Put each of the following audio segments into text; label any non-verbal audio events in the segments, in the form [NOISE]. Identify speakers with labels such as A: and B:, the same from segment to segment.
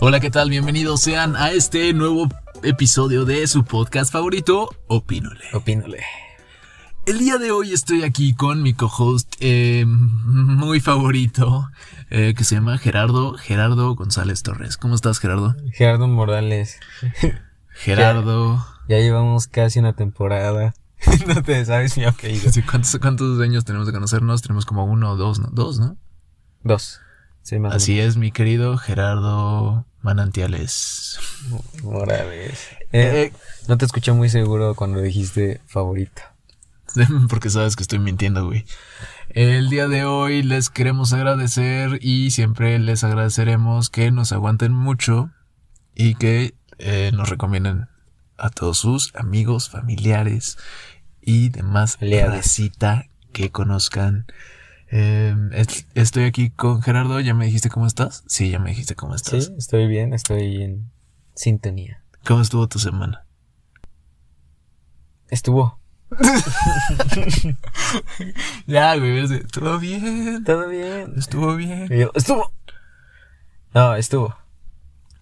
A: Hola, ¿qué tal? Bienvenidos sean a este nuevo episodio de su podcast favorito, Opínole.
B: Opínole.
A: El día de hoy estoy aquí con mi co-host eh, muy favorito, eh, que se llama Gerardo, Gerardo González Torres. ¿Cómo estás, Gerardo?
B: Gerardo Morales.
A: Gerardo.
B: Ya llevamos casi una temporada. [LAUGHS] no te sabes mi apellido.
A: Sí, [LAUGHS] ¿Cuántos, ¿Cuántos años tenemos de conocernos? Tenemos como uno o dos, ¿no? Dos, ¿no?
B: Dos. Sí, más o
A: Así es, mi querido Gerardo Manantiales.
B: menos. Morales. Eh, no te escuché muy seguro cuando dijiste favorito.
A: [LAUGHS] Porque sabes que estoy mintiendo, güey. El día de hoy les queremos agradecer y siempre les agradeceremos que nos aguanten mucho y que eh, nos recomienden a todos sus amigos, familiares y demás
B: Aliados.
A: racita que conozcan. Eh, es- estoy aquí con Gerardo. ¿Ya me dijiste cómo estás? Sí, ya me dijiste cómo
B: Sí,
A: estás.
B: estoy bien, estoy en sintonía.
A: ¿Cómo estuvo tu semana?
B: Estuvo.
A: Ya, güey, ves, estuvo bien.
B: Todo bien.
A: Estuvo bien.
B: Y yo, estuvo. No, estuvo.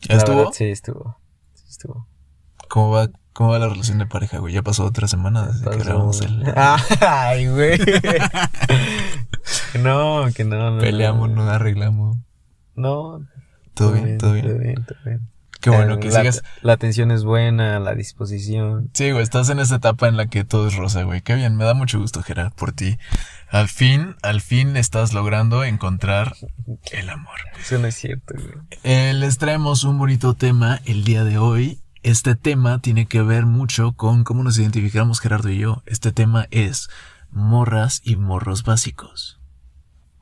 B: La
A: ¿Estuvo?
B: verdad, sí, estuvo. Sí, estuvo.
A: ¿Cómo va, ¿Cómo va la relación de pareja, güey? Ya pasó otra semana desde Ah, que
B: Pasó.
A: grabamos [LAUGHS] el...
B: [LAUGHS]
A: Ah,
B: Ay, güey. [LAUGHS] Que no, que no, no, no.
A: Peleamos, nos arreglamos.
B: No.
A: Todo bien, eh, todo bien.
B: Todo bien, todo bien.
A: Qué bueno que
B: la,
A: sigas...
B: La atención es buena, la disposición.
A: Sí, güey, estás en esa etapa en la que todo es rosa, güey. Qué bien, me da mucho gusto, Gerard, por ti. Al fin, al fin estás logrando encontrar el amor.
B: Eso no es cierto, güey.
A: Eh, les traemos un bonito tema el día de hoy. Este tema tiene que ver mucho con cómo nos identificamos Gerardo y yo. Este tema es morras y morros básicos.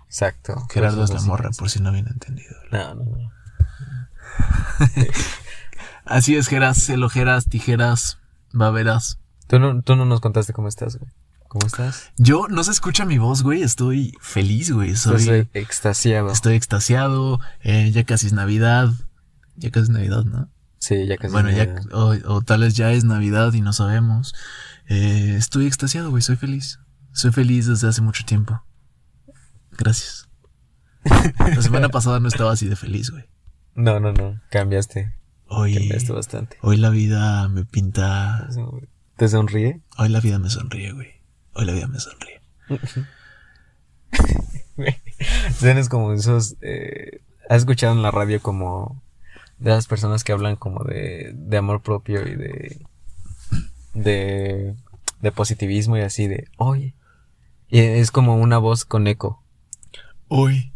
B: Exacto.
A: Gerardo es
B: Cosas
A: la
B: así.
A: morra, por si no habían entendido.
B: No, no, no.
A: Así es, Geras, celojeras, tijeras, baberas.
B: Tú no, tú no nos contaste cómo estás, güey. ¿Cómo estás?
A: Yo no se escucha mi voz, güey. Estoy feliz, güey. Soy,
B: Estás eh, extasiado.
A: Estoy extasiado. eh, ya casi es Navidad. Ya casi es Navidad, ¿no?
B: Sí, ya casi.
A: bueno,
B: me-
A: ya. O, o tal vez ya es Navidad y no sabemos. Eh, estoy extasiado, güey. Soy feliz. Soy feliz desde hace mucho tiempo. Gracias. La semana pasada no estaba así de feliz, güey.
B: No, no, no. Cambiaste.
A: Hoy,
B: Cambiaste bastante.
A: hoy la vida me pinta.
B: ¿Te sonríe?
A: Hoy la vida me sonríe, güey. Hoy la vida me sonríe.
B: Tienes como esos. eh, ¿Has escuchado en la radio como. de las personas que hablan como de, de amor propio y de. de. de positivismo y así de. oye. Y es como una voz con eco.
A: Hoy,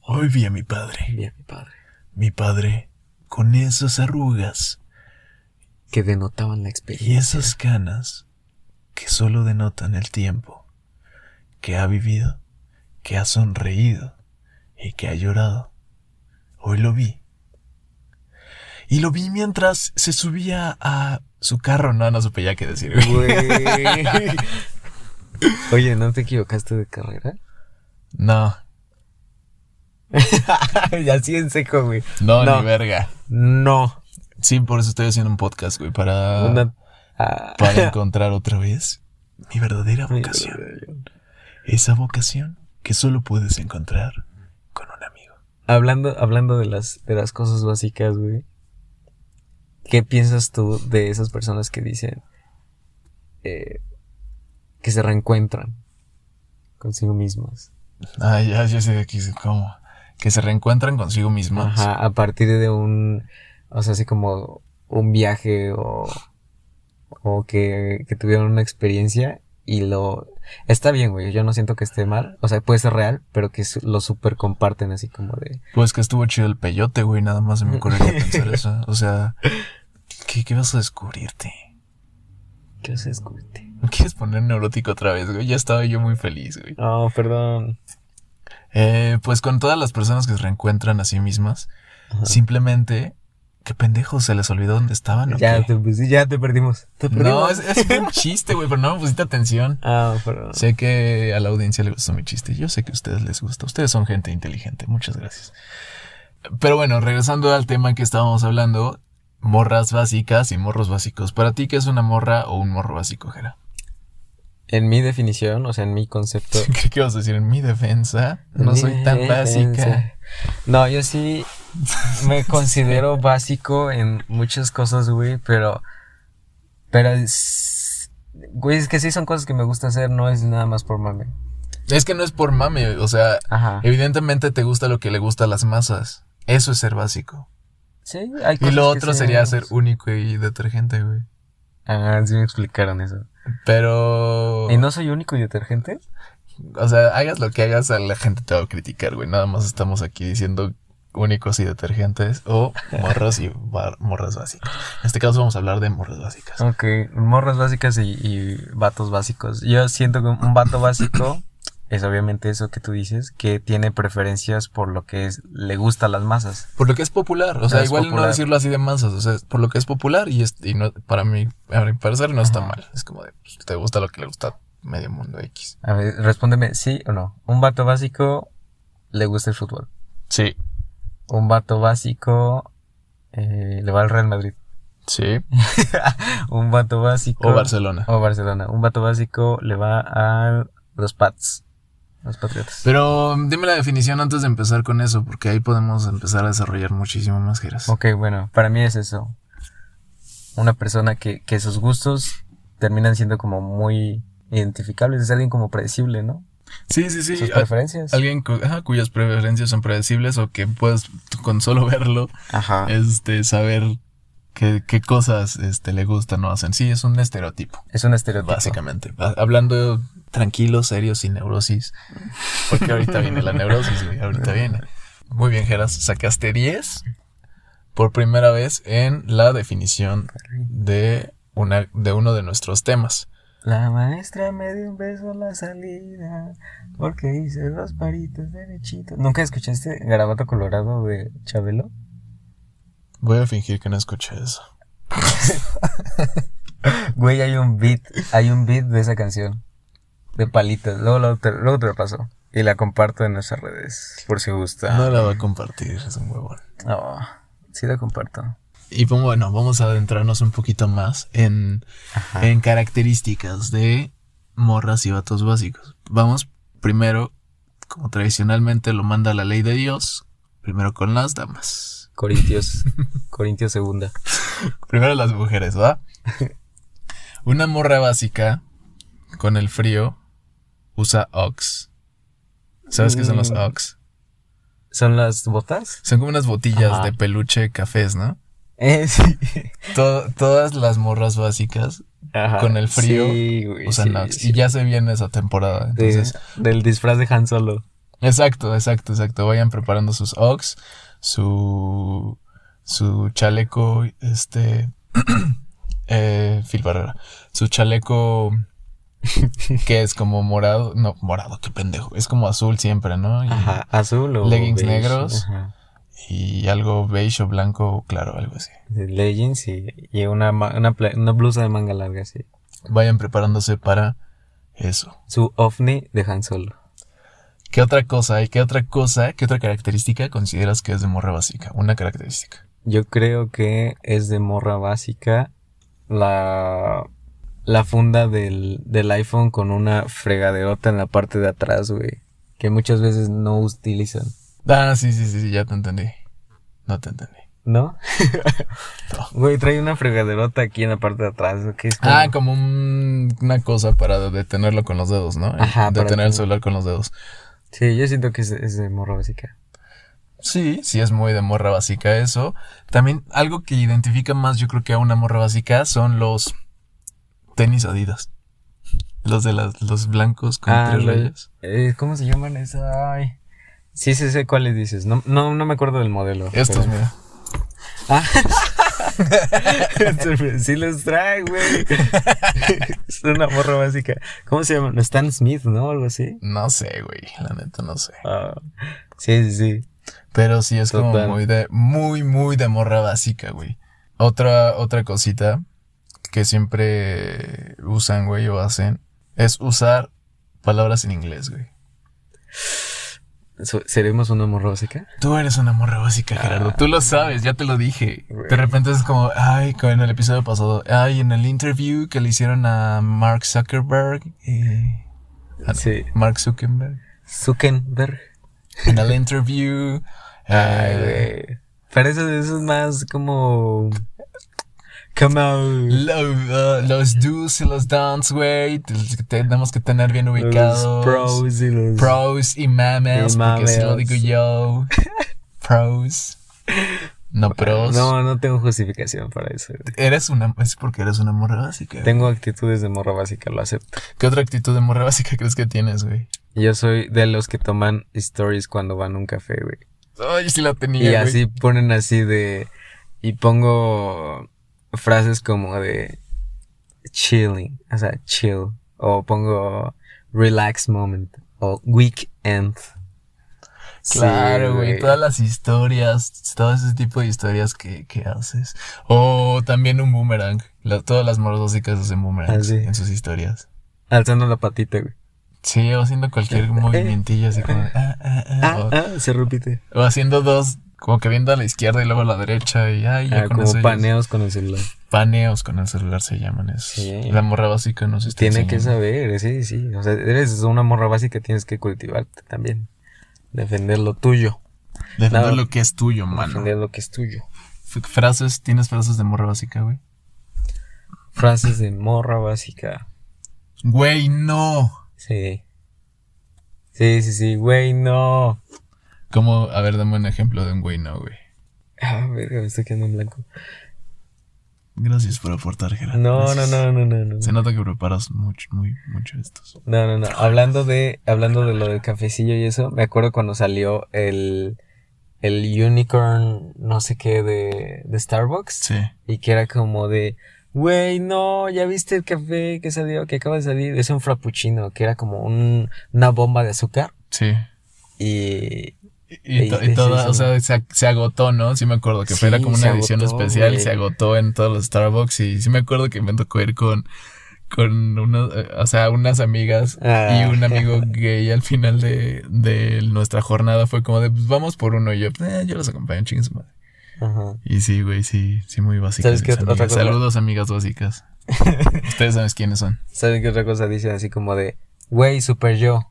A: hoy vi a mi padre,
B: Mira, mi padre.
A: mi padre, con esas arrugas
B: Que denotaban la experiencia. [LAUGHS]
A: y esas canas que solo denotan el tiempo, que ha vivido, que ha sonreído y que ha llorado. Hoy lo vi. Y lo vi mientras se subía a su carro, no, no supe ya qué decir. güey.
B: Güey. Oye, ¿no te equivocaste de [LAUGHS] carrera?
A: No,
B: y así en seco, güey.
A: no,
B: No.
A: ni verga.
B: No.
A: Sí, por eso estoy haciendo un podcast, güey, para,
B: Una- ah, [LAUGHS]
A: para encontrar otra vez mi verdadera vocación. Esa vocación que solo puedes encontrar con un amigo.
B: Hablando, hablando de las, de las cosas básicas, güey. ¿Qué piensas tú de esas personas que dicen eh, que se reencuentran consigo mismas?
A: Ah, ya, ya sé de aquí cómo. Que se reencuentran consigo mismos.
B: Ajá, a partir de un, o sea, así como un viaje o, o que, que tuvieron una experiencia y lo... Está bien, güey, yo no siento que esté mal, o sea, puede ser real, pero que su- lo super comparten así como de...
A: Pues que estuvo chido el peyote, güey. Nada más se me ocurrió pensar
B: [LAUGHS]
A: eso. O sea, ¿qué, qué vas a descubrirte?
B: Que se escute.
A: ¿Me quieres poner neurótico otra vez, güey? Ya estaba yo muy feliz, güey.
B: Oh, perdón.
A: Eh, pues con todas las personas que se reencuentran a sí mismas,
B: Ajá.
A: simplemente, qué pendejos, se les olvidó dónde estaban. ¿o
B: ya,
A: qué?
B: te, pues, ya te perdimos. Te
A: No,
B: perdimos.
A: es, es un chiste, güey, pero no me pusiste atención.
B: Ah, perdón.
A: Sé que a la audiencia le gustó mi chiste. Yo sé que a ustedes les gusta. Ustedes son gente inteligente. Muchas gracias. Pero bueno, regresando al tema que estábamos hablando, morras básicas y morros básicos. Para ti, ¿qué es una morra o un morro básico, Jera? [LAUGHS]
B: En mi definición, o sea, en mi [LAUGHS] concepto...
A: ¿Qué, qué vas a decir? En mi defensa, no soy tan
B: Bien,
A: básica.
B: sí. No, yo sí, me [LAUGHS] considero básico en muchas cosas, güey, pero. Pero. es- Güey, es que sí son cosas que me gusta hacer, no es nada más por mame.
A: Es que no es por mami, o sea,
B: Ajá.
A: evidentemente te gusta lo que le gusta a las masas. Eso es ser básico.
B: Sí, hay
A: Y
B: cosas
A: lo
B: que
A: otro
B: sí
A: sería
B: nos-
A: ser único y detergente, güey.
B: Ah, sí me explicaron eso.
A: Pero.
B: ¿Y no soy único y detergente?
A: O sea, hagas lo que hagas, a la gente te va a criticar, güey. Nada más estamos aquí diciendo únicos y detergentes
B: [LAUGHS]
A: o morros y bar- morras básicas. En este caso vamos a hablar de morras básicas.
B: Ok, morras básicas y, y vatos básicos. Yo siento que un vato
A: [COUGHS]
B: básico es obviamente eso que tú dices, que tiene preferencias por lo que es, le gusta a las masas.
A: Por lo que es popular, o sea,
B: Es
A: igual no
B: popular.
A: decirlo así de mansas, o sea, por lo que es popular y, es- y no, para mí, a mi parecer, no está
B: Ajá.
A: mal. Es como de, pues, te gusta lo que le gusta a medio mundo X.
B: A ver, respóndeme, sí o no. Un vato básico le gusta el fútbol.
A: Sí,
B: Un vato básico eh, le va al Real Madrid.
A: sí.
B: Un vato básico.
A: O Barcelona.
B: O Barcelona. Un vato básico le va a los Pats. Los Patriotas.
A: Pero mm, dime la definición antes de empezar con eso, porque ahí podemos empezar a desarrollar muchísimo más giras.
B: Ok, bueno, para mí es eso. Una persona que, que sus gustos terminan siendo como muy identificables. Es alguien como predecible, ¿no?
A: Sí, sí, sí.
B: Sus
A: Ah,
B: preferencias.
A: Alguien cu- ajá, cuyas preferencias son predecibles o que puedes tú con solo verlo,
B: Ajá.
A: este, saber qué, qué cosas este, le gustan o hacen. Sí, es un estereotipo,
B: Es un estereotipo.
A: básicamente. Va- Hablando tranquilo, serio, sin neurosis. Porque ahorita viene la neurosis, güey, ahorita viene. Muy bien, Geras, sacaste 10 por primera vez en la definición de, una, de uno de nuestros temas.
B: La maestra me dio un beso a la salida porque hice los paritos derechitos. ¿Nunca escuchaste Garabato Colorado de Chabelo?
A: Voy a fingir que no escuché eso.
B: Güey, hay un beat, hay un beat de esa canción. De palitas. Luego, luego te, luego te lo paso. Y la comparto en nuestras redes, por si gusta.
A: No la voy a compartir, es un huevón.
B: Oh, sí la comparto.
A: Y pues, bueno, vamos a adentrarnos un poquito más en,
B: Ajá.
A: en características de morras y vatos básicos. Vamos primero, como tradicionalmente lo manda la ley de Dios, primero con las damas.
B: [LAUGHS] Corintios. Corintios segunda.
A: Primero las mujeres,
B: [LAUGHS]
A: ¿va? Una morra básica con el frío usa Ox. ¿Sabes qué son los
B: Mm.
A: Ox?
B: ¿Son las botas?
A: Son como unas botillas
B: Ajá.
A: de peluche cafés, ¿no?
B: Eh, [LAUGHS] sí.
A: To- todas las morras básicas
B: Ajá.
A: Con el frío,
B: Sí, güey,
A: usan
B: sí,
A: Ox.
B: sí.
A: Y ya se viene esa temporada.
B: De-
A: Entonces,
B: del disfraz de Han Solo.
A: Exacto, exacto, exacto. Vayan preparando sus ox, su, su chaleco, este, [CLEARS THROAT] eh, Phil Barrera, su
B: [LAUGHS]
A: chaleco que es como morado, no, morado, qué pendejo, es como azul siempre, ¿no? Y,
B: Ajá, azul o
A: Leggings
B: beige,
A: negros.
B: Ajá.
A: y algo beige o blanco, claro, algo así.
B: De Leggings y, y una, ma- una, pla- una blusa de manga larga, sí.
A: Vayan preparándose para eso.
B: Su ovni de Han Solo.
A: ¿Qué otra cosa hay? ¿Qué otra cosa, qué otra característica consideras que es de morra básica? Una característica.
B: Yo creo que es de morra básica la, la funda del, del iPhone con una fregaderota en la parte de atrás, güey. Que muchas veces no utilizan,
A: Ah, sí, sí, sí, sí, ya te entendí. No te entendí. [LAUGHS]
B: ¿no?
A: No.
B: Güey, trae una fregaderota aquí en la parte de atrás, güey, que es como-
A: Ah, como un- una cosa para detenerlo con los dedos, ¿no?
B: Ajá, para
A: Detener el
B: que-
A: celular con los dedos.
B: Sí, yo siento que es, es de morra básica.
A: Sí, sí es muy de morra básica eso. También algo que identifica más, yo creo que a una morra básica son los tenis Adidas. Los de las, los blancos con
B: Ah,
A: tres
B: los-
A: rayas.
B: Eh, ¿Cómo se llaman esas? Ay. Sí, sí, sé cuáles dices. No, no, no me acuerdo del modelo.
A: Estos,
B: pero-
A: mira.
B: [LAUGHS] este sí los
A: [LAUGHS]
B: trae, güey. es una morra básica. ¿Cómo se llama? Stan Smith, ¿no? Algo así.
A: No sé, güey. La neta no sé.
B: Ah, sí, sí, sí.
A: Pero sí es como
B: Total.
A: muy de, muy, muy de morra básica, güey. Otra, otra cosita que siempre usan, güey, o hacen, es usar palabras en inglés, güey.
B: So- ¿Seremos una morra básica?
A: Tú eres una morra básica, Gerardo. Tú lo sabes, ya te lo dije. De repente es como, ay, como en el episodio pasado, ay, en el interview que le hicieron a Mark Zuckerberg. eh, ah, no,
B: Sí.
A: Mark Zuckerberg.
B: Zuckerberg.
A: En el interview. eh,
B: Ay, güey. Pero eso, eso es más como. Como.
A: Lo- uh, los do's y los don'ts, güey. te- los que Tenemos que tener bien ubicados.
B: Los pros y los.
A: Pros y mames,
B: Y
A: porque así lo
B: mames.
A: digo
B: [LAUGHS]
A: yo. Pros. No pros.
B: No, no tengo justificación para eso.
A: Eres una, es porque eres una morra básica. güey.
B: Tengo actitudes de morra básica, lo acepto.
A: ¿Qué otra actitud de morra básica crees que tienes, güey?
B: Yo soy de los que toman stories cuando van a un café, güey.
A: Ay, sí la tenía,
B: Y
A: güey.
B: así ponen así de. Y pongo frases como de. Chilling. O sea, chill. O pongo relax moment. O weekend. Sí,
A: Claro, güey. Todas las historias, todo ese tipo de historias que, que haces. O también un boomerang. La- todas las morras básicas hacen boomerang
B: Ah, sí.
A: en sus historias.
B: Alzando la patita, güey.
A: Sí, o haciendo
B: [LAUGHS]
A: cualquier movimientillo así como... ah, ah, ah,
B: Ah,
A: o-
B: ah, se repite.
A: O haciendo dos, como que viendo a la izquierda y luego a la derecha y ay, ya
B: Ah,
A: con eso
B: como
A: ya-
B: paneos con el celular.
A: Paneos con el celular se llaman eso.
B: Sí.
A: La morra básica nos está
B: Tiene que
A: enseñando.
B: saber, eh, sí, sí. O sea, eres una morra básica, tienes que cultivarte también. Defender lo tuyo.
A: Defender
B: Nada.
A: lo que es tuyo, mano.
B: Defender lo que es tuyo.
A: F- Frases, ¿tienes frases de morra básica, güey?
B: Frases de morra básica.
A: Güey, no.
B: Sí. Sí, sí, sí, güey, no.
A: ¿Cómo? A ver, dame un ejemplo de un güey, no, güey.
B: Ah, verga, me estoy quedando en blanco.
A: Gracias por aportar, Gerardo.
B: No, no, no, no, no, no.
A: Se nota que preparas mucho, muy, mucho estos.
B: No, no, no. Hablando de, hablando de lo del cafecillo y eso, me acuerdo cuando salió el, el unicorn, no sé qué, de, de Starbucks.
A: Sí.
B: Y que era como de, güey, no, ya viste el café que salió, que acaba de salir. Es un frappuccino, que era como un, una bomba de azúcar.
A: Sí.
B: Y
A: Y, y to-
B: Sí,
A: y toda,
B: sí, sí.
A: o sea, se, se agotó, ¿no? Sí me acuerdo que fue
B: Sí,
A: era como
B: se
A: una edición
B: agotó,
A: especial,
B: güey.
A: se agotó en todos los Starbucks y sí me acuerdo que me tocó ir con, con unas, o sea, unas amigas
B: Ah.
A: y un
B: [LAUGHS]
A: amigo gay al final de, de nuestra jornada fue como de, pues vamos por uno y yo, "Eh, yo los acompaño, chingue su madre.
B: ajá.
A: Y sí, güey, sí, sí, muy básicas.
B: ¿Sabes qué
A: mis
B: otra- otra
A: amigas.
B: cosa?
A: Saludos, amigas
B: [LAUGHS]
A: básicas. Ustedes saben quiénes son.
B: ¿Saben qué otra cosa dicen así como de, güey, super yo?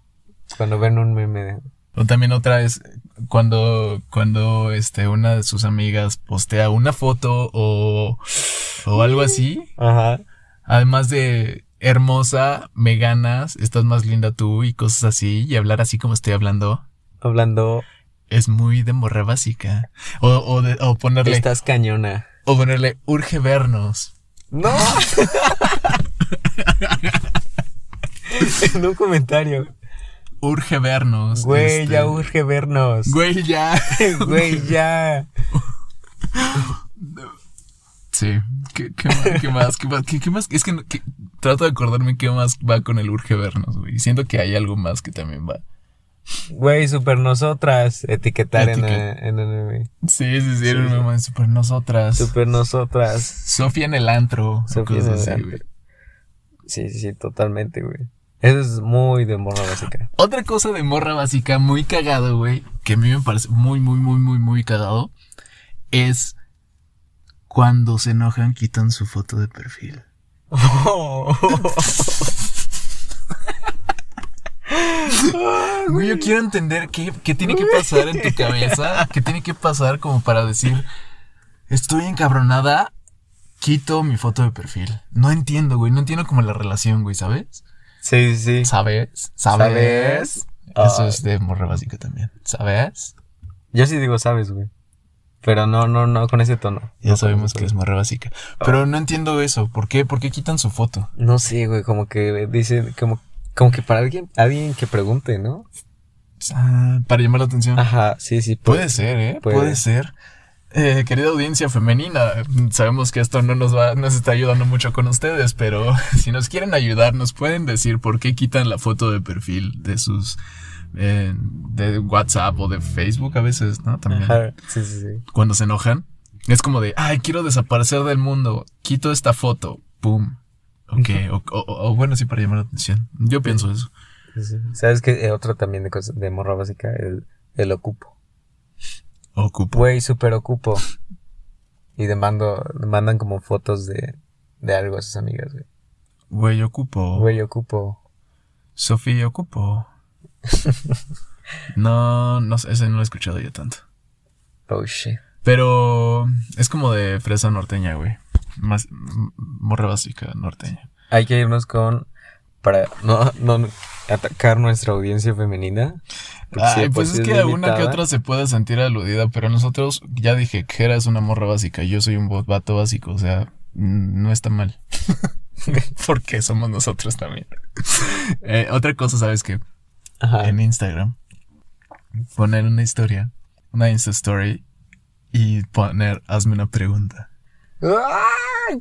B: Cuando ven un meme de...
A: O también otra vez, cuando, cuando este, una de sus amigas postea una foto o, o algo así,
B: Ajá.
A: además de hermosa, me ganas, estás más linda tú y cosas así, y hablar así como estoy hablando,
B: Hablando,
A: es muy de morra básica. O, o, de- o ponerle,
B: estás cañona.
A: o ponerle, urge vernos.
B: ¡No! en un comentario.
A: Urge vernos.
B: Güey,
A: este,
B: ya urge vernos.
A: Güey, ya. [LAUGHS]
B: Güey, ya.
A: Sí. ¿Qué, qué más? ¿Qué más? ¿Qué más? ¿Qué- qué más? Es que, no- que- trato de acordarme qué más va con el urge vernos, güey. Y Siento que hay algo más que también va.
B: Güey, super nosotras. Etiquetar en,
A: Etiquet-
B: en el meme.
A: Sí, sí, sí, era un meme de super nosotras.
B: Super nosotras.
A: Sofía en el antro.
B: Sofía en
A: cosas
B: el
A: así,
B: antro.
A: güey.
B: Sí, sí, sí, totalmente, güey. Eso es muy de morra básica.
A: Otra cosa de morra básica muy cagado, güey, que a mí me parece muy, muy, muy, muy, muy cagado, es cuando se enojan quitan su foto de perfil. Oh. Güey, yo quiero entender qué, qué tiene que pasar en tu cabeza, qué tiene que pasar como para decir, estoy encabronada, quito mi foto de perfil. No entiendo, güey, no entiendo como la relación, güey, ¿sabes?
B: Sí, sí, sí.
A: ¿Sabes? ¿Sabes?
B: ¿Sabes?
A: Eso
B: Ay.
A: es de morra básica también, ¿sabes?
B: Yo sí digo, sabes, güey. Pero no, no, no, con ese tono.
A: Ya
B: No con
A: sabemos
B: ese
A: que es
B: tono.
A: morra básica. Pero no entiendo eso, ¿por qué? ¿Por qué quitan su foto?
B: No sé, güey, como que dice, como, como que para alguien, alguien que pregunte, ¿no?
A: Ah, para llamar la atención.
B: Ajá, sí, sí. pues,
A: Puede ser, ¿eh? Puede,
B: puede.
A: ser. Eh, querida audiencia femenina, sabemos que esto no nos va, nos está ayudando mucho con ustedes, pero [LAUGHS] si nos quieren ayudar, nos pueden decir por qué quitan la foto de perfil de sus eh, de WhatsApp o de Facebook a veces, ¿no? También
B: Ajá, sí, sí, sí.
A: cuando se enojan es como de ay quiero desaparecer del mundo, quito esta foto, pum. Ok, o, o- o bueno sí para llamar la atención. Yo pienso eso.
B: sí, sí. ¿Sabes qué? Eh, Otro también de, cosas, de morra básica, el, el ocupo.
A: Ocupo.
B: Güey, super ocupo. Y demando, mandan como fotos de, de algo a sus amigas, güey.
A: Güey, ocupo.
B: Güey, ocupo.
A: Sofía ocupó. no, no, sé, ese no lo he escuchado yo tanto.
B: Oh shit.
A: Pero es como de fresa norteña, güey. Más m- morra básica norteña.
B: Hay que irnos con. Para no, no atacar nuestra audiencia femenina. porque si
A: Ay,
B: de por
A: pues
B: sí
A: es que una que
B: limitada,
A: otra se puede sentir aludida, pero nosotros ya dije que eras una morra básica, yo soy un bo- vato básico, o sea, mm, no está mal. [LAUGHS] Porque somos nosotros también. Eh, otra cosa, ¿sabes qué?
B: Ajá.
A: en Instagram, poner una historia, una Insta Story y poner hazme una pregunta.
B: ¡Ay!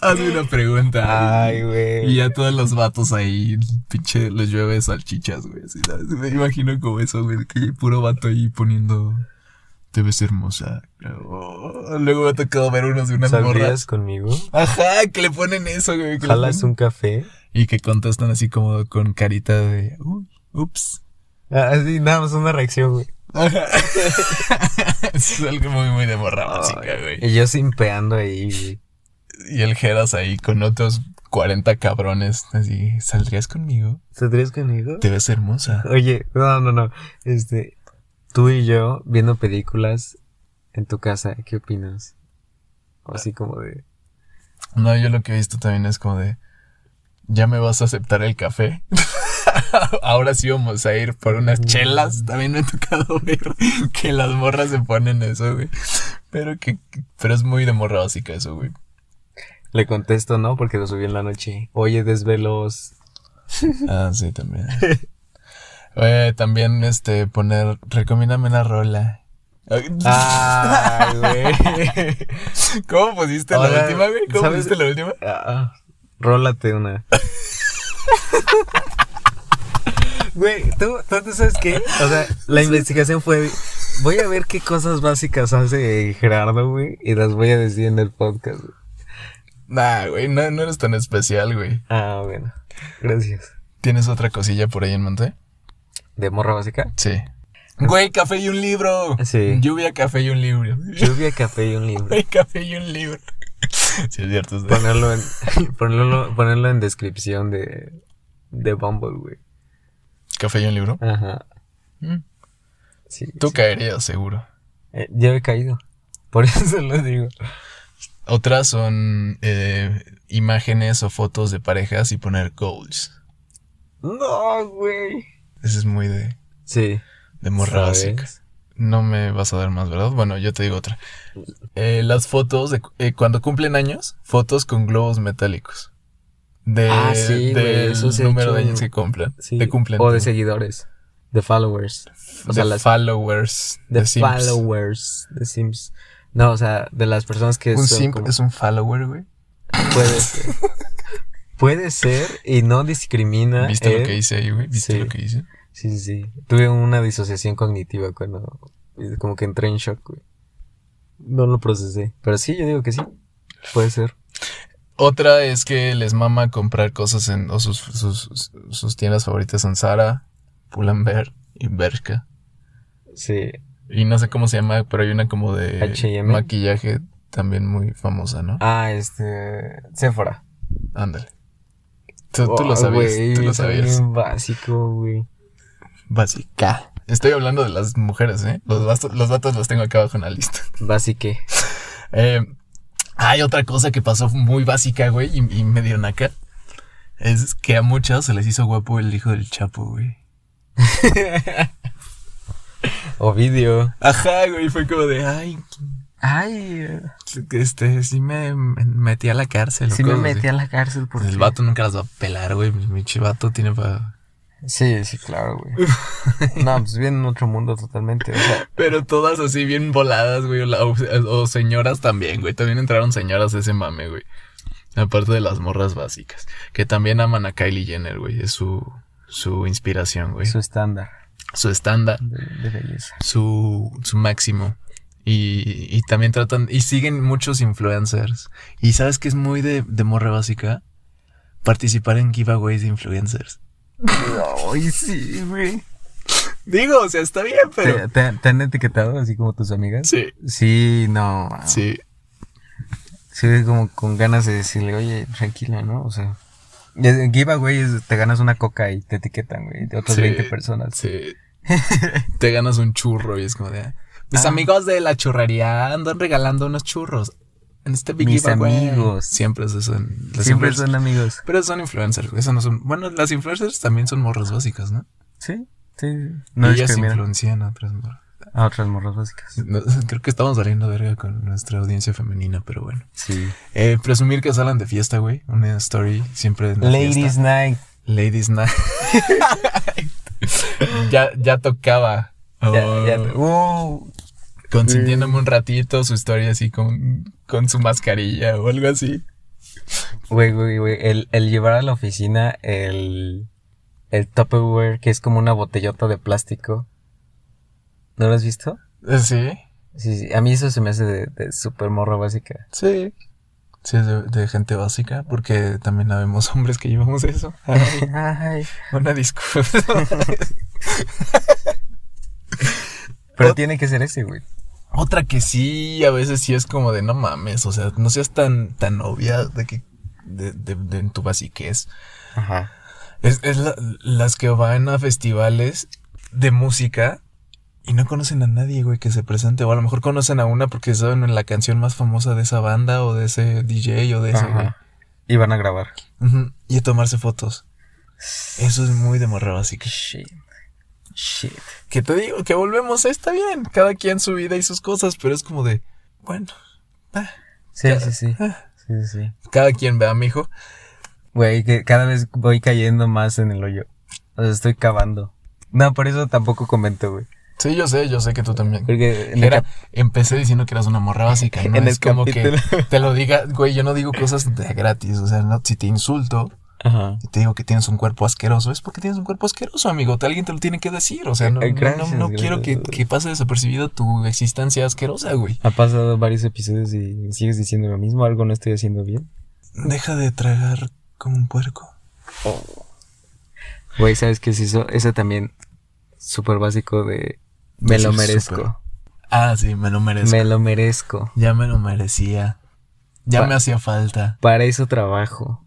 A: Hazme una pregunta.
B: Ay, güey.
A: Y ya todos los vatos ahí, pinche, les llueve salchichas, güey. así, ¿sabes? Me imagino como eso, güey, que hay puro vato ahí poniendo, te ves hermosa. Oh, luego me ha tocado ver unos de unas
B: ¿Saldrías
A: morras.
B: conmigo?
A: Ajá, que le ponen eso, güey. que le
B: ¿Jalas
A: ponen-
B: un café?
A: Y que contestan así como con carita de, uy, ups.
B: Ah, sí, nada más una reacción, güey.
A: Ajá. [LAUGHS] es algo muy, muy de morra básica, güey.
B: Y yo simpeando ahí, güey.
A: Y el Geras ahí con otros 40 cabrones. Así, ¿saldrías conmigo?
B: ¿Saldrías conmigo?
A: Te ves hermosa.
B: Oye, no, no, no. Este, tú y yo viendo películas en tu casa, ¿qué opinas? O así como de.
A: No, yo lo que he visto también es como de, ¿ya me vas a aceptar el café? [LAUGHS] Ahora sí vamos a ir por unas chelas. También me ha tocado [LAUGHS] ver que las morras se ponen eso, güey. Pero que, pero es muy de morra básica eso, güey.
B: Le contesto, no, porque lo subí en la noche. Oye, desvelos.
A: Ah, sí, también. Oye, también, este, poner, recomiéndame una rola.
B: Ah. Ay, güey.
A: [LAUGHS] ¿Cómo pusiste la
B: Ahora,
A: última, güey? ¿Cómo
B: ¿sabes?
A: pusiste la última?
B: Ah, rólate una. Güey, ¿tú, tú- tú sabes qué? O sea, la investigación fue. Voy a ver qué cosas básicas hace Gerardo, güey, y las voy a decir en el podcast. güey.
A: Nah, güey, no, no eres tan especial, güey.
B: Ah, bueno. Gracias.
A: ¿Tienes otra cosilla por ahí en mente?
B: ¿De morra básica?
A: Sí. Güey, café y un libro.
B: Sí.
A: Lluvia, café y un libro.
B: Lluvia, café y un libro.
A: [LAUGHS] Güey, café y un libro. [LAUGHS] Sí, es cierto. es-
B: Ponerlo en, [LAUGHS] ponerlo, ponerlo en descripción de, de Bumble, güey.
A: Café y un libro.
B: Ajá.
A: Mm.
B: Sí,
A: Tú
B: sí.
A: caerías, seguro.
B: Eh, ya he caído. Por eso [LAUGHS] lo digo.
A: Otras son eh, imágenes o fotos de parejas y poner goals.
B: No, güey.
A: Ese es muy de,
B: Sí.
A: de morra
B: ¿sabes?
A: básica. No me vas a dar más, ¿verdad? Bueno, yo te digo otra. Eh, las fotos de cu- eh, cuando cumplen años, fotos con globos metálicos. De,
B: Ah, sí, güey,
A: del
B: eso se ha
A: número de
B: hecho.
A: años que cumplan.
B: Sí.
A: De cumplen.
B: O de
A: tú.
B: seguidores. De followers. O sea,
A: de
B: las.
A: followers.
B: De,
A: Sims.
B: followers. De Sims. No, o sea, de las personas que
A: Un
B: son
A: simp
B: como-
A: es un follower, güey.
B: Puede ser. Puede ser y no discrimina.
A: ¿Viste
B: el-
A: lo que hice ahí, güey? ¿Viste
B: Ah, eh, sí.
A: lo que hice?
B: Sí, sí, sí. Tuve una disociación cognitiva cuando. Como que entré en shock, güey. No lo procesé. Pero sí, yo digo que sí. Puede ser.
A: Otra es que les mama comprar cosas en. O sus, sus, sus- sus tiendas favoritas son Zara, Pull&Bear y Bershka.
B: Sí.
A: Y no sé cómo se llama, pero hay una como de
B: H&M.
A: maquillaje también muy famosa, ¿no?
B: Ah, este. Sephora.
A: Ándale. Tú, tú
B: Oh,
A: lo sabías,
B: güey,
A: tú lo
B: está
A: sabías.
B: bien básico, güey.
A: Básica. Estoy hablando de las mujeres, ¿eh? Los, vatos- los vatos los tengo acá abajo en la lista. [LAUGHS]
B: Básique.
A: Eh, hay otra cosa que pasó muy básica, güey, y, y me dieron acá. Es que a muchas se les hizo guapo el hijo del Chapo, güey.
B: Ovidio.
A: Ajá, güey, fue como de, ay,
B: Ay,
A: este, sí me metí a la cárcel.
B: sí me metí a la cárcel por
A: El vato nunca las va a pelar, güey. Mi chivato tiene para...
B: Sí, sí, claro,
A: [LAUGHS]
B: güey. no, pues bien en otro mundo totalmente. O sea,
A: Pero todas así bien voladas, güey. O, la- o- o señoras también, güey. También entraron señoras de ese mame, güey. Aparte de las morras básicas. Que también aman a Kylie Jenner, güey. Es su, su inspiración, güey.
B: su
A: Su,
B: estándar
A: estándar.
B: de, de belleza.
A: Su, su máximo. Y, y también tratan... Y siguen muchos influencers. Y ¿sabes que es muy de, de morra básica? Participar en giveaways de influencers.
B: Ay, sí, güey.
A: Digo, o sea, está bien,
B: ¿Te, te- te han etiquetado así como tus amigas?
A: Sí,
B: Sí, no. Sí.
A: sí.
B: Sí, como con ganas de decirle, oye, tranquila, ¿no? O sea. y es- En giveaway es- te ganas una coca y te etiquetan, güey, de otras
A: Sí.
B: [LAUGHS] 20 personas.
A: Sí. Te ganas un churro y es como de. Mis
B: Ah.
A: amigos de la churrería andan regalando unos churros. En este Big
B: Mis
A: giveaway".
B: amigos.
A: Siempre eso son. las
B: Siempre
A: influencers-
B: son amigos.
A: Pero son influencers. Eso no son. Bueno, las influencers también son morros básicas, ¿no?
B: Sí, sí. No
A: y ellas
B: discriminan
A: influencian a otras morras.
B: a otras morras básicas.
A: No, [LAUGHS] creo que estamos saliendo verga con nuestra audiencia femenina, pero bueno.
B: Sí.
A: Eh, presumir que salen de fiesta, güey. Una story siempre. en la
B: Ladies
A: fiesta.
B: Night.
A: Ladies
B: [LAUGHS]
A: night. [LAUGHS] ya, ya tocaba.
B: Ya, ya-
A: Oh.
B: wow.
A: consintiéndome un ratito su historia así con, con su mascarilla o algo así.
B: Güey, güey, güey. El, el llevar a la oficina el, el Tupperware, que es como una botellota de plástico. ¿No lo has visto?
A: ¿Ah, Sí,
B: Sí, sí. A mí eso se me hace de, de súper morra básica.
A: sí. Sí, es de, de gente básica, porque también la vemos [LAUGHS] hombres que llevamos eso. Ay,
B: Ay.
A: [LAUGHS] una disculpa.
B: Pero tiene que ser ese, güey.
A: [LAUGHS] Otra que sí, a veces sí es como de no mames, o sea, no seas tan, tan obvia de que de, de- de- en tu basiquez.
B: Ajá.
A: Es, es la- las que van a festivales de música y no conocen a nadie, güey, que se presente. O a lo mejor conocen a una porque saben la canción más famosa de esa banda o de ese DJ o de ese, güey.
B: Ajá. Y van a grabar.
A: Ujú, Y a tomarse fotos. Eso es muy de morra básica.
B: Shit. Shit.
A: Que te digo, que volvemos, está bien. Cada quien su vida y sus cosas, pero es como de, bueno,
B: Sí, sí, sí.
A: ah,
B: Sí, sí, sí.
A: cada quien vea, mijo.
B: Güey, que cada vez voy cayendo más en el hoyo. O sea, estoy cavando. No, por eso tampoco comento, güey.
A: Sí, yo sé, yo sé que tú también.
B: Porque en el
A: Era,
B: cap-
A: empecé diciendo que eras una morra
B: [LAUGHS]
A: básica, ¿no?
B: En
A: es
B: el
A: como
B: capítulo.
A: que te lo diga, güey, yo no digo cosas de gratis, o sea, no, si te insulto
B: [LAUGHS] Ajá.
A: y te digo que tienes un cuerpo asqueroso, es porque tienes un cuerpo asqueroso, amigo, te- alguien te lo tiene que decir, o sea, no,
B: Eh,
A: no-
B: gracias,
A: no- no quiero que,
B: gracias.
A: que pase desapercibido tu existencia asquerosa, güey.
B: Ha pasado varios episodios y sigues diciendo lo mismo. Algo no estoy haciendo bien.
A: Deja de tragar como un puerco.
B: Güey, ¿sabes qué es eso? Eso también súper básico de... Me
A: Decir
B: lo merezco.
A: Ah, sí, me lo merezco.
B: Me lo merezco.
A: Ya me lo merecía. Ya
B: Pa-
A: me hacía falta. [LAUGHS]
B: Para eso trabajo.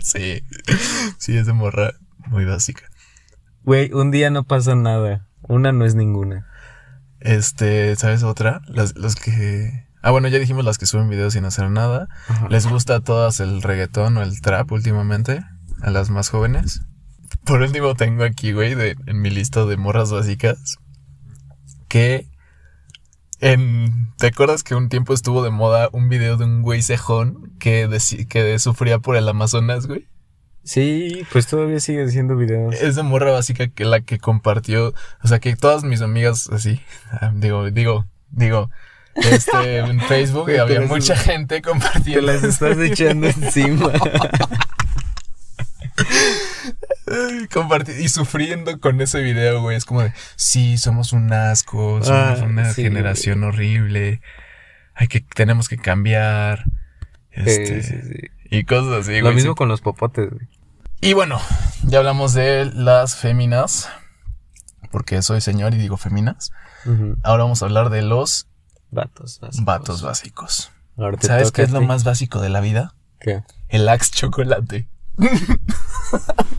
A: sí, sí, es de morra muy básica.
B: Güey, un día no pasa nada. Una no es ninguna.
A: Este, ¿sabes otra? Las, los que... Ah, bueno, ya dijimos las que suben videos sin hacer nada. ¿Les gusta a todas el reggaetón o el trap últimamente? A las más jóvenes. Por último tengo aquí, güey, de- en mi lista de morras básicas. Que... En, ¿Te acuerdas que un tiempo estuvo de moda un video de un güey cejón que, deci- que sufría por el Amazonas, güey?
B: Sí, pues todavía sigue haciendo [LAUGHS] videos.
A: Es de morra básica que la que compartió. O sea, que todas mis amigas, así. [LAUGHS] ah, Digo, digo, digo. Este,
B: [LAUGHS]
A: en Facebook
B: Güey, te
A: había
B: las-
A: mucha gente
B: Te
A: compartiendo.
B: las estás [LAUGHS] echando encima.
A: comparti- y sufriendo con ese video, güey. Es como de, sí, somos un asco, somos
B: Ah,
A: una
B: sí,
A: generación horrible. Hay que, tenemos que cambiar. Este,
B: Sí, sí, sí.
A: Y cosas así,
B: Lo
A: güey.
B: mismo con los popotes, güey.
A: Y bueno, ya hablamos de las féminas. Porque soy señor y digo féminas. Ahora vamos a hablar de los
B: Vatos, vatos.
A: Vatos básicos.
B: Ahora te
A: ¿Sabes
B: toca
A: qué es
B: a
A: lo
B: ti.
A: más básico de la vida?
B: ¿Qué?
A: El Axe Chocolate.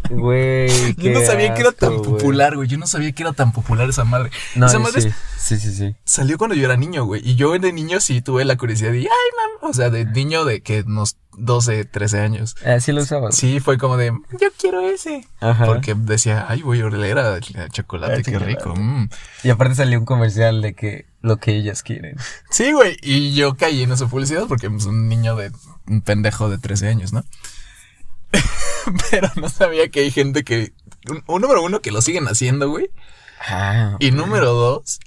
B: Güey.
A: Yo no
B: qué
A: sabía que era tan
B: asco, güey.
A: popular, güey. Yo no sabía que era tan popular esa madre.
B: No,
A: esa
B: yo
A: madre
B: sí. sí, sí, sí.
A: Salió cuando yo era niño, güey. Y yo de niño sí tuve la curiosidad de, ay, mamá. O sea, de niño de que unos 12, 13 años.
B: Así Eh, lo usabas.
A: Sí, fue como de, yo quiero ese.
B: Ah. Ajá.
A: Porque decía, ay, güey, orlera, chocolate,
B: Ah,
A: qué
B: chocolate.
A: rico. mm".
B: Y aparte salió un comercial de que lo que ellas quieren.
A: Sí, güey. Y yo caí en esa publicidad porque pues, un niño de un pendejo de 13 años, ¿no? [LAUGHS] Pero no sabía que hay gente que. Un, un número uno que lo siguen haciendo, güey.
B: Ah.
A: Y número dos,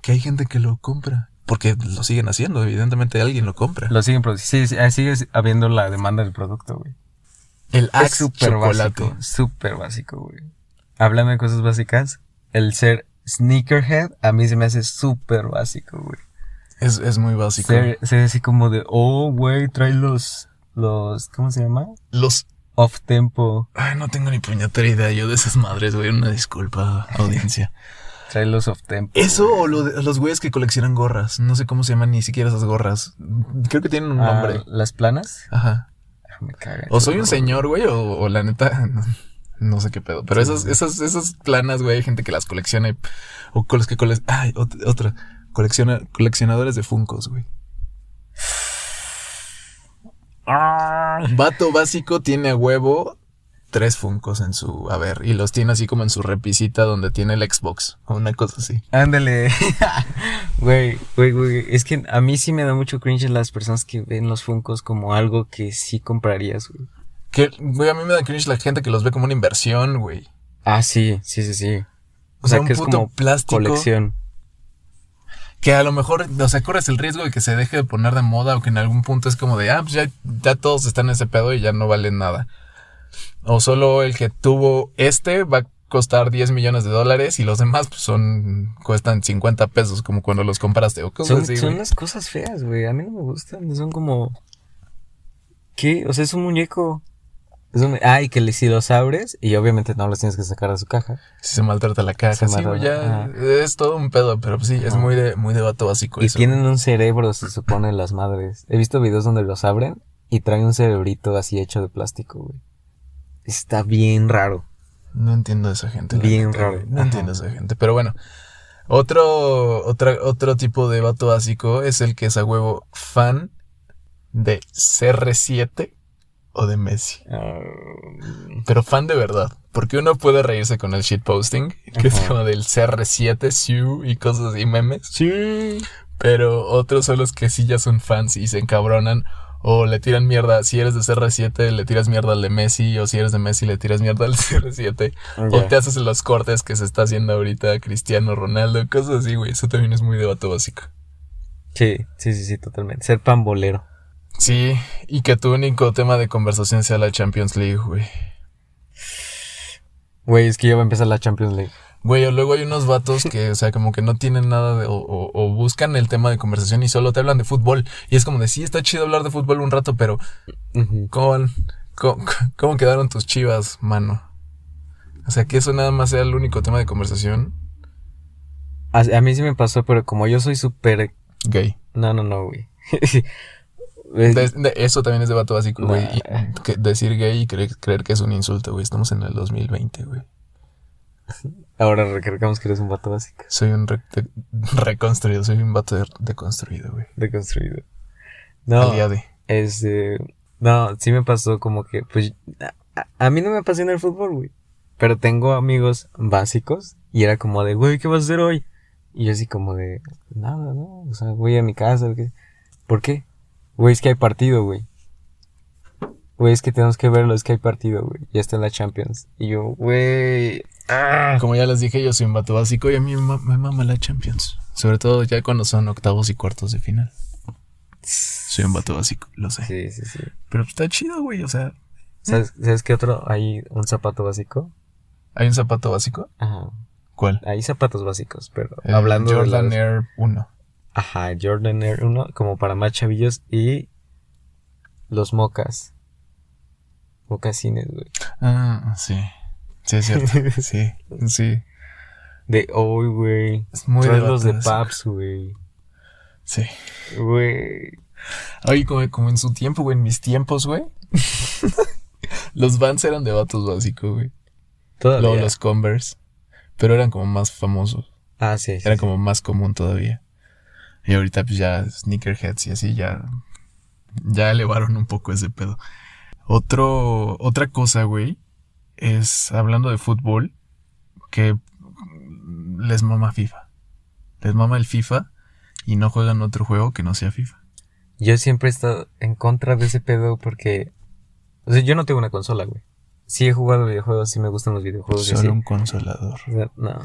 A: que hay gente que lo compra. Porque lo siguen haciendo, evidentemente alguien lo compra.
B: Lo siguen produciendo. Sí, sí, ah, sigue habiendo la demanda del producto, güey.
A: El
B: Es
A: Axe
B: súper
A: Ah, chocolate.
B: básico. Súper básico, güey. Hablando de cosas básicas, el ser sneakerhead a mí se me hace súper básico, güey.
A: Es, es muy básico.
B: Ser, ser así como de, oh, güey, trae los, los, ¿cómo se llama?
A: Los.
B: Off tempo,
A: Ay, no tengo ni puñetera idea yo de esas madres, güey. Una disculpa,
B: [LAUGHS]
A: audiencia.
B: trae los off tempo.
A: Eso o lo de- los güeyes que coleccionan gorras. No sé cómo se llaman ni siquiera esas gorras. Creo que tienen un
B: Ah,
A: Eh, nombre.
B: ¿Las planas?
A: Ajá.
B: Ah, me caga.
A: O soy un señor, güey, o, o la neta. [LAUGHS] No sé qué pedo. Pero esas, esas, esas planas, güey, hay gente que las colecciona y- o con los que cole- Ay, ot- otra. Colecciona, coleccionadores de Funcos, güey. Vato básico tiene a huevo tres Funcos en su a ver, y los tiene así como en su repisita donde tiene el Xbox o una cosa así.
B: Ándale. [LAUGHS] Güey, güey, güey. Es que a mí sí me da mucho cringe las personas que ven los Funkos como algo que sí comprarías, güey.
A: Que, güey, a mí me da cringe la gente que los ve como una inversión, güey.
B: Ah, sí, sí, sí, sí.
A: O sea, un puto plástico.
B: colección.
A: Que a lo mejor, o sea, corres el riesgo de que se deje de poner de moda o que en algún punto es como de, ah, pues ya, ya todos están en ese pedo y ya no valen nada. O solo el que tuvo este va a costar 10 millones de dólares y los demás pues, son, cuestan 50 pesos como cuando los compraste o cosas
B: Son,
A: así.
B: son
A: güey.
B: las cosas feas, güey. A mí no me gustan. Son como. ¿Qué? O sea, es un muñeco. Es un... Ah, y que le- si los abres, y obviamente no los tienes que sacar de su caja.
A: Si se maltrata la caja,
B: Se
A: sí, güey, ya
B: maltrata,
A: es todo un pedo, pero pues, sí, es
B: Ajá.
A: muy de, muy de vato básico
B: y
A: eso.
B: tienen un cerebro, se supone, las madres. He visto videos donde los abren y traen un cerebrito así hecho de plástico, güey. Está bien raro.
A: No entiendo a esa gente. la
B: Bien
A: neta,
B: raro.
A: güey. No
B: Ajá.
A: entiendo a esa gente. Pero bueno. Otro, otra, otro tipo de vato básico es el que es a huevo fan de CR7 o de Messi. Pero fan de verdad. Porque uno puede reírse con el shitposting, que es
B: Ajá.
A: como del CR7, Siu y cosas así, memes.
B: Sí.
A: Pero otros son los que sí ya son fans y se encabronan. O le tiran mierda. Si eres de CR7, le tiras mierda al de Messi. O si eres de Messi, le tiras mierda al [LAUGHS] CR7. O te haces los cortes que se está haciendo ahorita Cristiano Ronaldo, cosas así, güey. Eso también es muy debate básico.
B: Sí, sí, sí, sí, totalmente. Ser pambolero.
A: Sí, y que tu único tema de conversación sea la Champions League, güey.
B: Güey, es que ya va a empezar la Champions League.
A: Güey, o luego hay unos vatos que, o sea, como que no tienen nada de, o, o- o buscan el tema de conversación y solo te hablan de fútbol. Y es como de, sí, está chido hablar de fútbol un rato, pero
B: Ujú.
A: ¿cómo, van- cómo, [LAUGHS] cómo quedaron tus chivas, mano? O sea, que eso nada más sea el único tema de conversación
B: a, a mí sí me pasó, pero como yo soy súper...
A: gay.
B: No, no, no, güey. [LAUGHS]
A: De- de- eso también es debate básico, güey.
B: Nah.
A: Y que- Decir gay y creer, creer que es un insulto, güey. Estamos en el 2020, güey.
B: Ahora recargamos que eres un vato básico.
A: Soy un re- de- [LAUGHS] reconstruido, soy un vato de- deconstruido, güey.
B: Deconstruido. No,
A: Al día de.
B: este... No, sí me pasó como que, pues... A, a- a mí no me apasiona el fútbol, güey. Pero tengo amigos básicos y era como de, güey, ¿qué vas a hacer hoy? Y yo así como de, nada, no, o sea, voy a mi casa. ¿qué? ¿Por qué? Güey, es que hay partido, güey. Güey, es que tenemos que verlo, es que hay partido, güey. Ya está en la Champions. Y yo, güey... ah.
A: Como ya les dije, yo soy un vato básico y a mí me, ma- me mama la Champions. Sobre todo ya cuando son octavos y cuartos de final. Soy un vato básico, lo sé.
B: Sí, sí, sí.
A: Pero está chido, güey. O sea,
B: ¿Sabes, ¿Sabes qué otro? Hay un zapato básico.
A: ¿hay un zapato básico?
B: Ajá.
A: ¿Cuál?
B: Hay zapatos básicos, pero
A: El
B: hablando
A: Jordan
B: de las-
A: Air 1.
B: Ajá, Jordan Air 1 como para más chavillos y los mocas. Mocasines, güey.
A: Ah, sí. Sí, es
B: [LAUGHS]
A: cierto. sí, sí.
B: De hoy, güey.
A: Es muy
B: Traer
A: vato
B: los de
A: básico.
B: Paps, güey.
A: Sí.
B: Güey.
A: Ay, como, como en su tiempo, güey, en mis tiempos, güey. [LAUGHS] los Vans eran de vatos básicos, güey.
B: Todavía.
A: Luego los Converse. Pero eran como más famosos.
B: Ah, sí. sí,
A: Era
B: sí.
A: como más común todavía. Y ahorita pues ya sneakerheads y así ya... Ya elevaron un poco ese pedo. Otro... Otra cosa, güey. Es hablando de fútbol. Que les mama FIFA. Les mama el FIFA. Y no juegan otro juego que no sea FIFA.
B: Yo siempre he estado en contra de ese pedo porque... O sea, yo no tengo una consola, güey. Sí he jugado videojuegos, Pues sí me gustan los videojuegos. y así.
A: Solo un consolador.
B: No, No.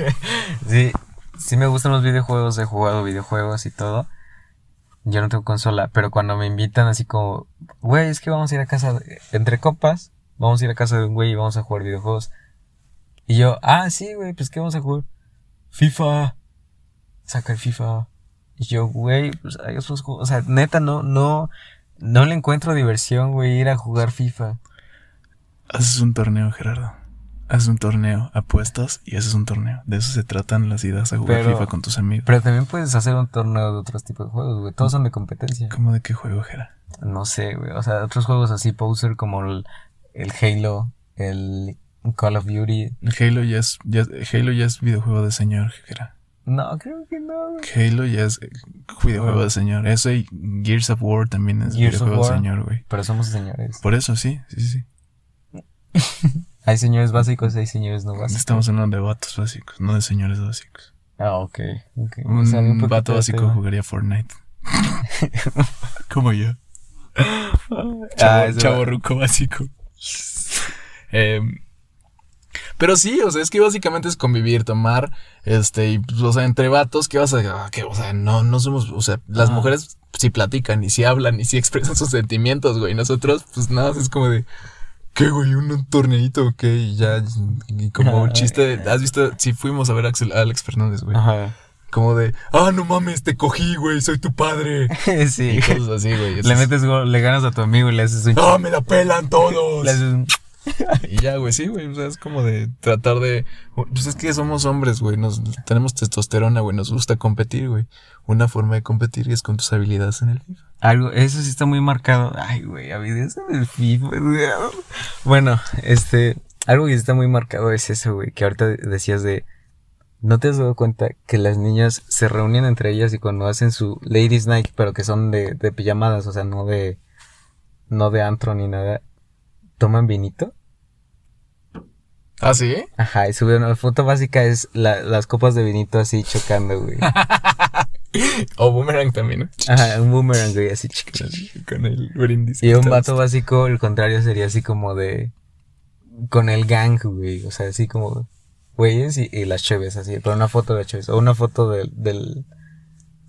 B: [LAUGHS] sí, sí me gustan los videojuegos, he jugado videojuegos y todo. Yo no tengo consola, pero cuando me invitan así como, güey, es que vamos a ir a casa, de- entre copas, vamos a ir a casa de un güey y vamos a jugar videojuegos. Y yo, ah, sí, güey, pues ¿qué vamos a jugar? FIFA. Saca el FIFA. Y yo, güey, pues hay otros juegos. O sea, neta, no, no, no le encuentro diversión, güey, ir a jugar FIFA.
A: Haces un torneo, Gerardo. Haces un torneo, apuestas y haces un torneo. De eso se tratan las idas a jugar
B: Pero-
A: FIFA con tus amigos.
B: Pero también puedes hacer un torneo de otros tipos de juegos, güey. Todos son de competencia.
A: ¿Cómo de qué juego, Gerardo?
B: No sé, güey. O sea, otros juegos así, poser como el, el Halo, el Call of Duty.
A: Halo ya es, ya- Halo ya es videojuego de señor, Jera.
B: No, creo que no.
A: Halo ya es eh, videojuego de señor. Eso y Gears of War también es
B: Gears of
A: videojuego de
B: War.
A: señor, güey.
B: Pero somos señores.
A: Por eso, sí, sí, sí.
B: Hay señores básicos, hay señores no básicos.
A: Estamos hablando de vatos básicos, no de señores básicos.
B: Ah, ok. ok.
A: Un
B: Salí poquito
A: vato
B: del
A: básico
B: tema.
A: jugaría
B: [LAUGHS]
A: Fortnite. Como yo.
B: Ah,
A: Chavo,
B: es
A: chavo
B: verdad.
A: ruco básico. Em, pero sí, o sea, es que básicamente es convivir, tomar, este, y, pues, o sea, entre vatos, ¿qué vas a, ah, qué, o sea, no, no somos, o sea, las
B: Ah.
A: mujeres sí platican y sí hablan y sí expresan sus sentimientos, güey. Nosotros, pues nada, es como de, ¿qué, güey? Un, un torneito, ¿qué? Y ya, y como
B: [LAUGHS]
A: un chiste, de- ¿has visto? Sí, fuimos a ver a Axel- a Alex Fernández, güey.
B: Ajá. [LAUGHS]
A: Como de, ah, no mames, te cogí, güey, soy tu padre.
B: sí.
A: [LAUGHS] Y cosas así, güey.
B: Le metes gol, le ganas a tu amigo y le haces un.
A: ¡Ah, me la pelan todos!
B: le haces un-
A: Y ya, güey, sí, güey, o sea, es como de tratar de... Pues es que somos hombres, güey, nos, tenemos testosterona, güey, nos gusta competir, güey. Una forma de competir es con tus habilidades en el FIFA.
B: Algo, eso sí está muy marcado. Ay, güey, a videos en el FIFA. güey. Bueno, este. Algo que sí está muy marcado es eso, güey. Que ahorita decías de. ¿No te has dado cuenta que las niñas se reúnen entre ellas y cuando hacen su Ladies Night, pero que son de, de pijamadas, o sea, no de. No de antro ni nada. ¿Toman vinito?
A: ¿Ah, sí?
B: Ajá, y subieron. La foto básica es la- las copas de vinito así chocando, güey.
A: O Boomerang también, ¿no?
B: Ajá, un boomerang, güey, así chiquito.
A: Con el brindis.
B: Y un vato básico, el contrario sería así como de. Con el gang, güey. O sea, así como. Güeyes y, y las cheves, así. Pero una foto de las cheves. O una foto del. del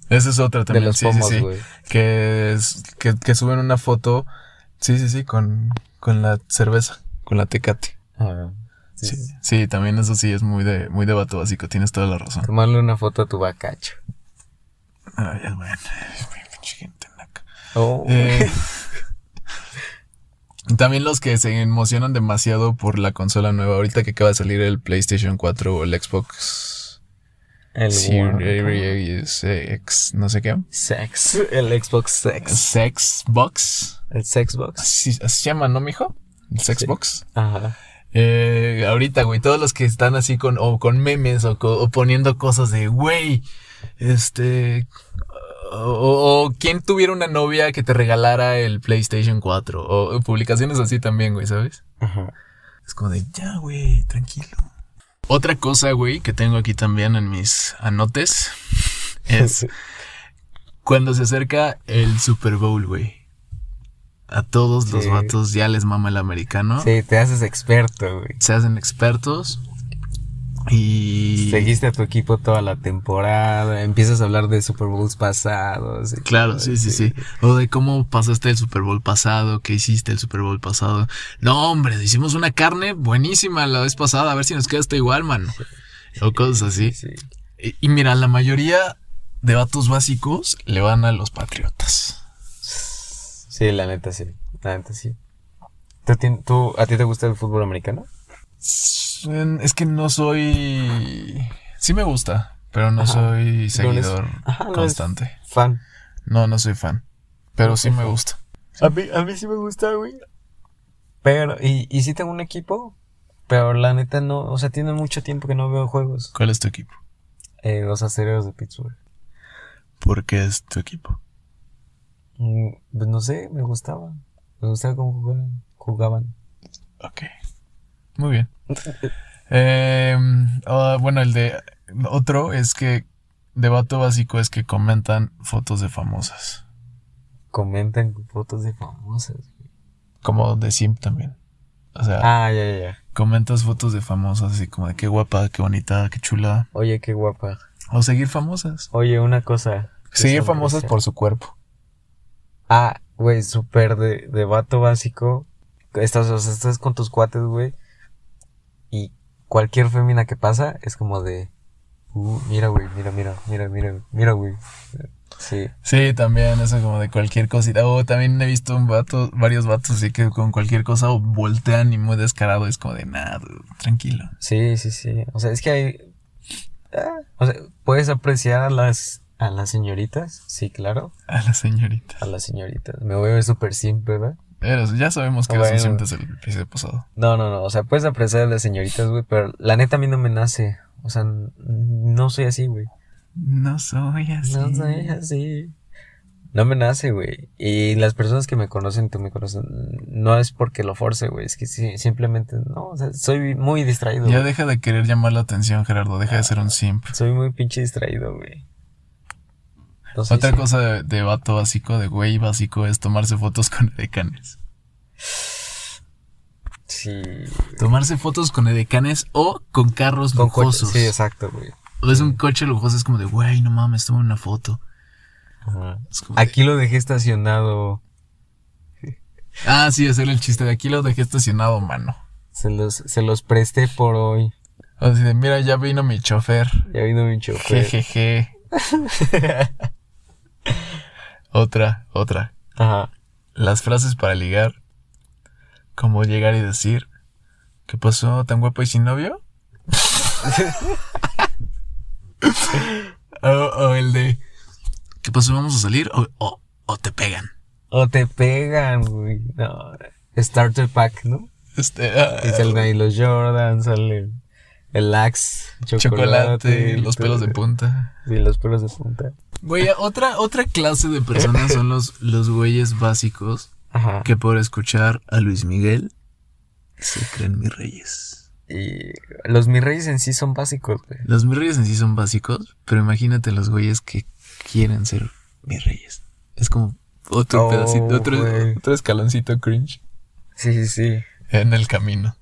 A: Esa es otra
B: de
A: también,
B: los
A: sí,
B: pomos,
A: sí, sí.
B: güey.
A: Que, es- que, que suben una foto, sí, sí, sí, con, con la cerveza, con la tecate.
B: Ah, sí,
A: Sí,
B: sí.
A: sí, también eso sí es muy de, muy de vato básico, tienes toda la razón.
B: Tomarle una foto a tu bacacho.
A: Ay, es bueno, es muy pinche gente naca.
B: Oh,
A: Eh, [LAUGHS] también los que se emocionan demasiado por la consola nueva. Ahorita que acaba de salir el PlayStation 4 o el Xbox
B: el One.
A: Series X, no sé qué.
B: Sex. El Xbox Sex.
A: Sexbox.
B: El Sexbox.
A: Así, así se llama, ¿no, mijo? El Sexbox.
B: Ajá.
A: Eh, ahorita, güey, todos los que están así con, o con memes o, co- o poniendo cosas de, güey, este, o, o quién tuviera una novia que te regalara el PlayStation 4, o publicaciones así también, güey, ¿sabes?
B: Ajá.
A: Es como de, ya, güey, tranquilo. Otra cosa, güey, que tengo aquí también en mis
B: [LAUGHS]
A: anotes es cuando se acerca el Super Bowl, güey. A todos los
B: Sí.
A: vatos ya les mama el americano
B: Sí, te haces experto, güey.
A: se hacen expertos y
B: Seguiste a tu equipo toda la temporada, empiezas a hablar de Super Bowls pasados. y
A: claro,
B: todo,
A: sí, sí, sí. O de cómo pasaste el Super Bowl pasado, qué hiciste el Super Bowl pasado. No, hombre, hicimos una carne buenísima la vez pasada, a ver si nos queda hasta igual, mano. O cosas así.
B: Sí, sí.
A: Y, y mira, la mayoría de vatos básicos le van a los Patriotas.
B: Sí, la neta sí, la neta sí. ¿Tú, tien- tú- ¿A ti te gusta el fútbol americano?
A: Es que no soy sí me gusta, pero no
B: Ajá.
A: soy
B: No eres-
A: seguidor
B: ajá, no eres
A: constante.
B: Fan.
A: No, no soy fan, pero sí me gusta.
B: A mí, a mí sí me gusta, güey. Pero, y, y sí tengo un equipo, pero la neta no, o sea, tiene mucho tiempo que no veo juegos.
A: ¿Cuál es tu equipo?
B: Eh, los acereros de Pittsburgh.
A: ¿Por qué es tu equipo?
B: Mm, pues no sé, me gustaba. Me gustaba cómo jugaban. jugaban.
A: Ok. Muy [LAUGHS] bien. Eh, ah, bueno, el de otro es que debate básico es que comentan fotos de famosas.
B: Comentan fotos de famosas.
A: Como de Sim también. O sea,
B: Ah, ya, ya, ya.
A: comentas fotos de famosas así como de qué guapa, qué bonita, qué chula.
B: Oye, qué guapa.
A: O seguir famosas.
B: Oye, una cosa. que
A: Seguir
B: se me
A: famosas
B: decía.
A: por su cuerpo.
B: Ah, güey, súper de, de vato básico. Estás, o sea, estás con tus cuates, güey. Y cualquier fémina que pasa es como de. Uh, mira, güey, mira, mira, mira, mira, güey, mira, güey. Sí.
A: Sí, también, eso como de cualquier cosita. O también he visto un vato, varios vatos así que con cualquier cosa o voltean y muy descarado es como de nada, tranquilo.
B: Sí, sí, sí. O sea, es que hay. ah, o sea, puedes apreciar a las. A las señoritas, sí, claro.
A: A las señoritas.
B: A las señoritas. Me voy a ver súper simple, ¿verdad?
A: Eres- ya sabemos que eras
B: Bueno.
A: un simp desde el episodio pasado.
B: No, no, no. O sea, puedes apreciar a las señoritas, güey, pero la neta a mí no me nace. O sea, n- no soy así, güey.
A: No soy así.
B: No soy así. No me nace, güey. Y las personas que me conocen, tú me conocen, no es porque lo force, güey. Es que sí, simplemente, no, o sea, soy muy distraído.
A: Ya
B: güey.
A: deja de querer llamar la atención, Gerardo. Deja de ser un simp.
B: Soy muy pinche distraído, güey. No soy
A: Otra
B: así.
A: cosa de, de vato básico, de güey básico, es tomarse fotos con edecanes.
B: Sí.
A: Tomarse fotos con edecanes o con carros
B: Con coche-
A: lujosos.
B: Sí, exacto, güey.
A: O es un coche lujoso, es como de, güey, no mames, toma una foto.
B: Ajá.
A: Es como de-
B: Aquí lo dejé estacionado.
A: ah, sí, hacer el chiste de aquí lo dejé estacionado, mano.
B: Se los, se los presté por hoy.
A: O sea, de, mira, ya vino mi chofer.
B: Ya vino mi chofer.
A: Jejeje. [LAUGHS] otra, otra.
B: Ajá.
A: Las frases para ligar. Como llegar y decir, ¿qué pasó tan guapo y sin novio? [LAUGHS] o, o Oh, el de, ¿qué pasó? ¿Vamos a salir? O, o- o te pegan.
B: O te pegan, güey. No. Starter pack, ¿no?
A: Este, ah,
B: Y salen ahí los Jordan, salen el Axe, chocolate.
A: chocolate, los pelos de punta.
B: Sí, los pelos de punta.
A: Güey, otra, otra clase de personas son los, los güeyes básicos
B: Ajá.
A: que por escuchar a Luis Miguel se creen mis reyes.
B: Y los mis reyes en sí son básicos, güey.
A: Los mis reyes en sí son básicos, pero imagínate los güeyes que quieren ser mis reyes. Es como otro
B: Oh,
A: pedacito, otro,
B: güey.
A: otro escaloncito cringe
B: Sí, sí, sí.
A: en el camino.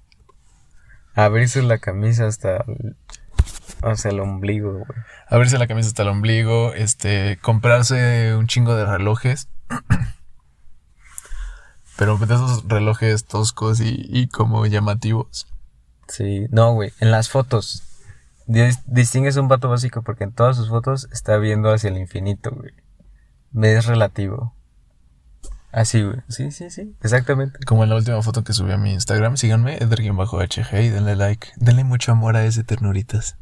B: Abrirse la camisa hasta el, hasta el ombligo, güey.
A: Abrirse la camisa hasta el ombligo, este, comprarse un chingo de relojes. [CLEARS THROAT] Pero de esos relojes toscos y, y como llamativos.
B: Sí, no, güey, en las fotos. Dis- distingues un vato básico porque en todas sus fotos está viendo hacia el infinito, güey. Me es relativo. Así, güey. Sí, sí, sí, exactamente.
A: Como en la última foto que subí a mi Instagram, síganme, Edgar-HG y denle like. Denle mucho amor a ese ternuritas.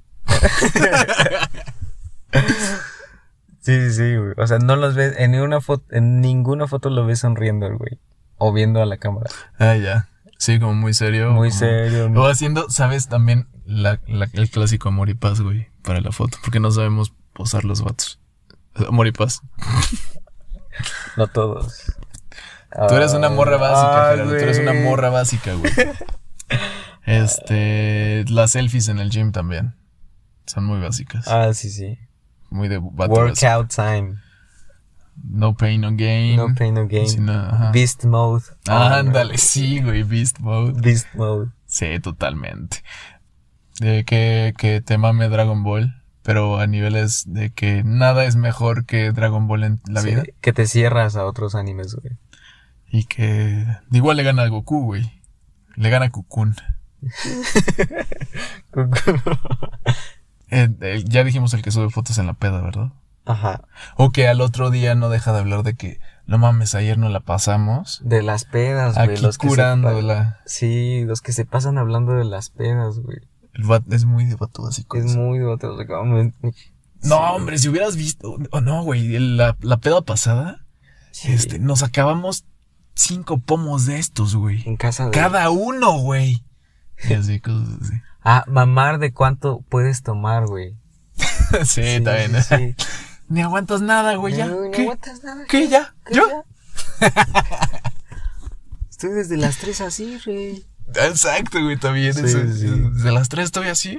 B: Sí, sí, sí, güey. O sea, no los ves, en ninguna foto, en ninguna foto lo ves sonriendo el güey. O viendo a la cámara.
A: Ah, ya. Sí, como muy serio.
B: Muy
A: como-
B: serio.
A: O haciendo, sabes, también la- la- el clásico amor y paz, güey, para la foto. Porque no sabemos posar los vatos. Amor y paz.
B: No todos.
A: Tú eres una morra básica,
B: Ah, Ay,
A: Gerardo. Tú eres una
B: güey.
A: morra básica,
B: [LAUGHS]
A: güey. Este, las selfies en el gym también. Son muy básicas.
B: Ah, sí, sí.
A: muy de vato básico.
B: Workout time.
A: No pain, no gain.
B: No pain, no gain.
A: Sí, no, ajá.
B: Beast mode.
A: Ah,
B: no.
A: ándale, sí, güey, Beast Mode.
B: Beast mode.
A: Sí, totalmente. De que, que te mame Dragon Ball, pero a niveles de que nada es mejor que Dragon Ball en la
B: Sí,
A: vida.
B: Que te cierras a otros
A: [LAUGHS]
B: animes, güey.
A: Y que igual le gana a Goku, güey. Le gana a Kukun. Eh, eh, ya dijimos el que sube fotos en la peda, ¿verdad?
B: Ajá.
A: O que al otro día no deja de hablar de que, no mames, ayer no la pasamos.
B: De las pedas, güey.
A: Aquí
B: Los que se pa-
A: curándola.
B: Sí, los que se pasan hablando de las pedas, güey.
A: El vato es muy de vato básico.
B: Es
A: eso.
B: muy de otro. como-
A: No, hombre, si hubieras visto. oh, no, güey. el- La, la peda pasada,
B: Sí,
A: este, nos acabamos cinco pomos de estos, güey.
B: En casa de.
A: Cada uno, güey. Y así, cosas así.
B: Ah, mamar de cuánto puedes tomar, güey.
A: [LAUGHS] Sí, está bien.
B: sí, sí.
A: Ni aguantas nada, güey. Ya.
B: No, no
A: ¿Qué?
B: aguantas nada.
A: ¿Qué? ¿Ya?
B: ¿Qué?
A: ¿Yo?
B: Estoy desde las tres así, güey.
A: Exacto, güey, también.
B: Sí,
A: eso.
B: sí.
A: De las tres estoy así.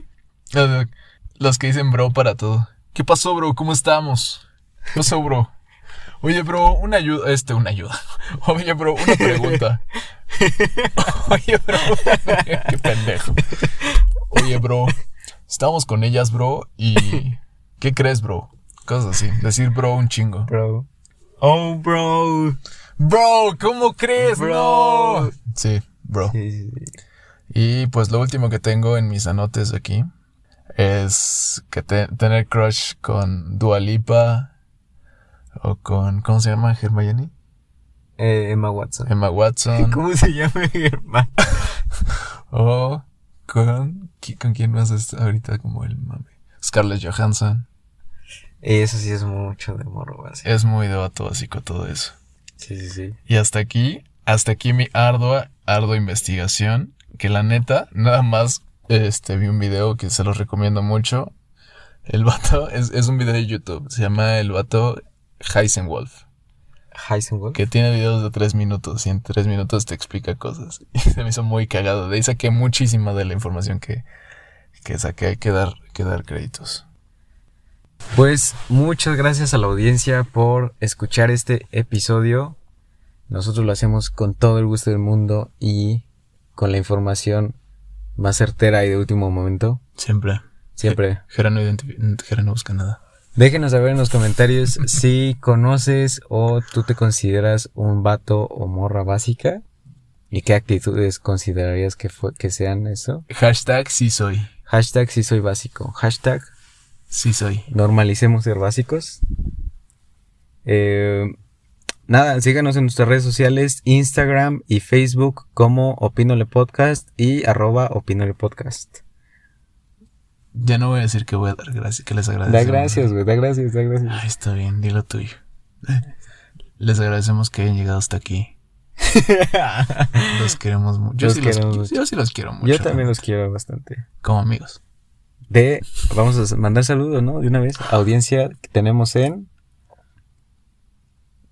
A: O sea, Los que dicen bro para todo. ¿Qué pasó, bro? ¿Cómo estamos? ¿Qué pasó, bro? Oye, bro, una ayuda. Este, una ayuda. [LAUGHS] Oye, bro, una
B: [LAUGHS]
A: pregunta. Oye, bro. [LAUGHS] Qué pendejo. Oye, bro. Estamos con ellas, bro. ¿Y qué crees, bro? Cosas así. Decir bro un chingo.
B: Bro. Oh, bro.
A: Bro, ¿cómo crees,
B: Bro.
A: bro? Sí, bro.
B: Sí, sí, sí.
A: Y pues lo último que tengo en mis anotes aquí es que te- tener crush con Dualipa o con ¿cómo se llama? Hermione,
B: Eh,
A: [LAUGHS]
B: Emma Watson.
A: Emma Watson
B: [LAUGHS] ¿Cómo se llama Germán?
A: o con ¿qui- con quién más es ahorita como el mame. Scarlett Johansson.
B: Eso sí es mucho de morro, así.
A: Es muy de vato básico todo eso.
B: Sí, sí, sí.
A: Y hasta aquí hasta aquí mi ardua, ardua investigación. Que la neta, nada más este, vi un video que se los recomiendo mucho. El vato [LAUGHS] es, es un video de YouTube. Se llama el vato Heisenwolf.
B: Heisenberg.
A: Que tiene videos de tres minutos y en tres minutos te explica cosas. [LAUGHS] Y se me hizo muy cagado. De ahí saqué muchísima de la información que, que saqué. Hay que dar, que dar créditos.
B: Pues muchas gracias a la audiencia por escuchar este episodio. Nosotros lo hacemos con todo el gusto del mundo y con la información más certera y de último momento.
A: Siempre.
B: Siempre.
A: Jera no, identifi- Jera no busca nada.
B: Déjenos saber en los comentarios si conoces o tú te consideras un vato o morra básica. ¿Y qué actitudes considerarías que, fue, que sean eso?
A: Hashtag sí soy.
B: Hashtag si soy básico. Hashtag
A: Sí soy.
B: normalicemos ser básicos. Eh, nada, síganos en nuestras redes sociales, Instagram y Facebook como Opinole Podcast y arroba Opinole Podcast.
A: Ya no voy a decir que voy a dar gracias, que les agradezco.
B: Da gracias, güey, da gracias, da gracias.
A: Ay, está bien, dilo tuyo. Les agradecemos que hayan llegado hasta aquí. Los queremos mucho. Yo,
B: Los
A: sí,
B: queremos
A: los,
B: mucho.
A: yo sí los quiero mucho.
B: [LAUGHS] Yo también los quiero bastante.
A: Como amigos.
B: de vamos a mandar saludos, ¿no? De una vez, audiencia que tenemos en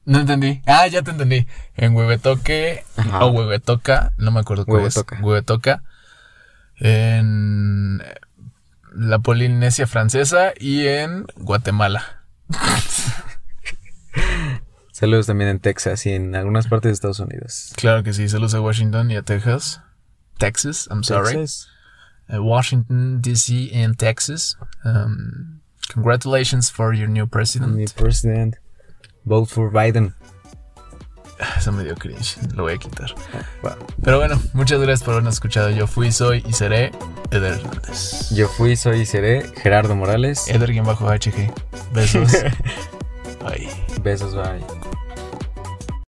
A: No entendí. Ah, ya te entendí. En Huevetoque
B: Ajá.
A: o Huevetoca, no me acuerdo cuál
B: Huevetoca.
A: es. Huevetoca. En la Polinesia Francesa y en Guatemala.
B: saludos también en Texas y en algunas partes de Estados Unidos.
A: Claro que sí, saludos a Washington y a Texas. Texas, I'm sorry.
B: Texas.
A: uh, Washington D.C. and Texas. Um, congratulations for your new president.
B: Mi president. Vote for Biden.
A: Eso me dio cringe, lo voy a quitar. Pero bueno, muchas gracias por habernos escuchado. Yo fui, soy y seré Eder Hernández.
B: Yo fui, soy y seré Gerardo Morales.
A: [LAUGHS] Eder-HG. Besos. Bye.
B: Besos, bye.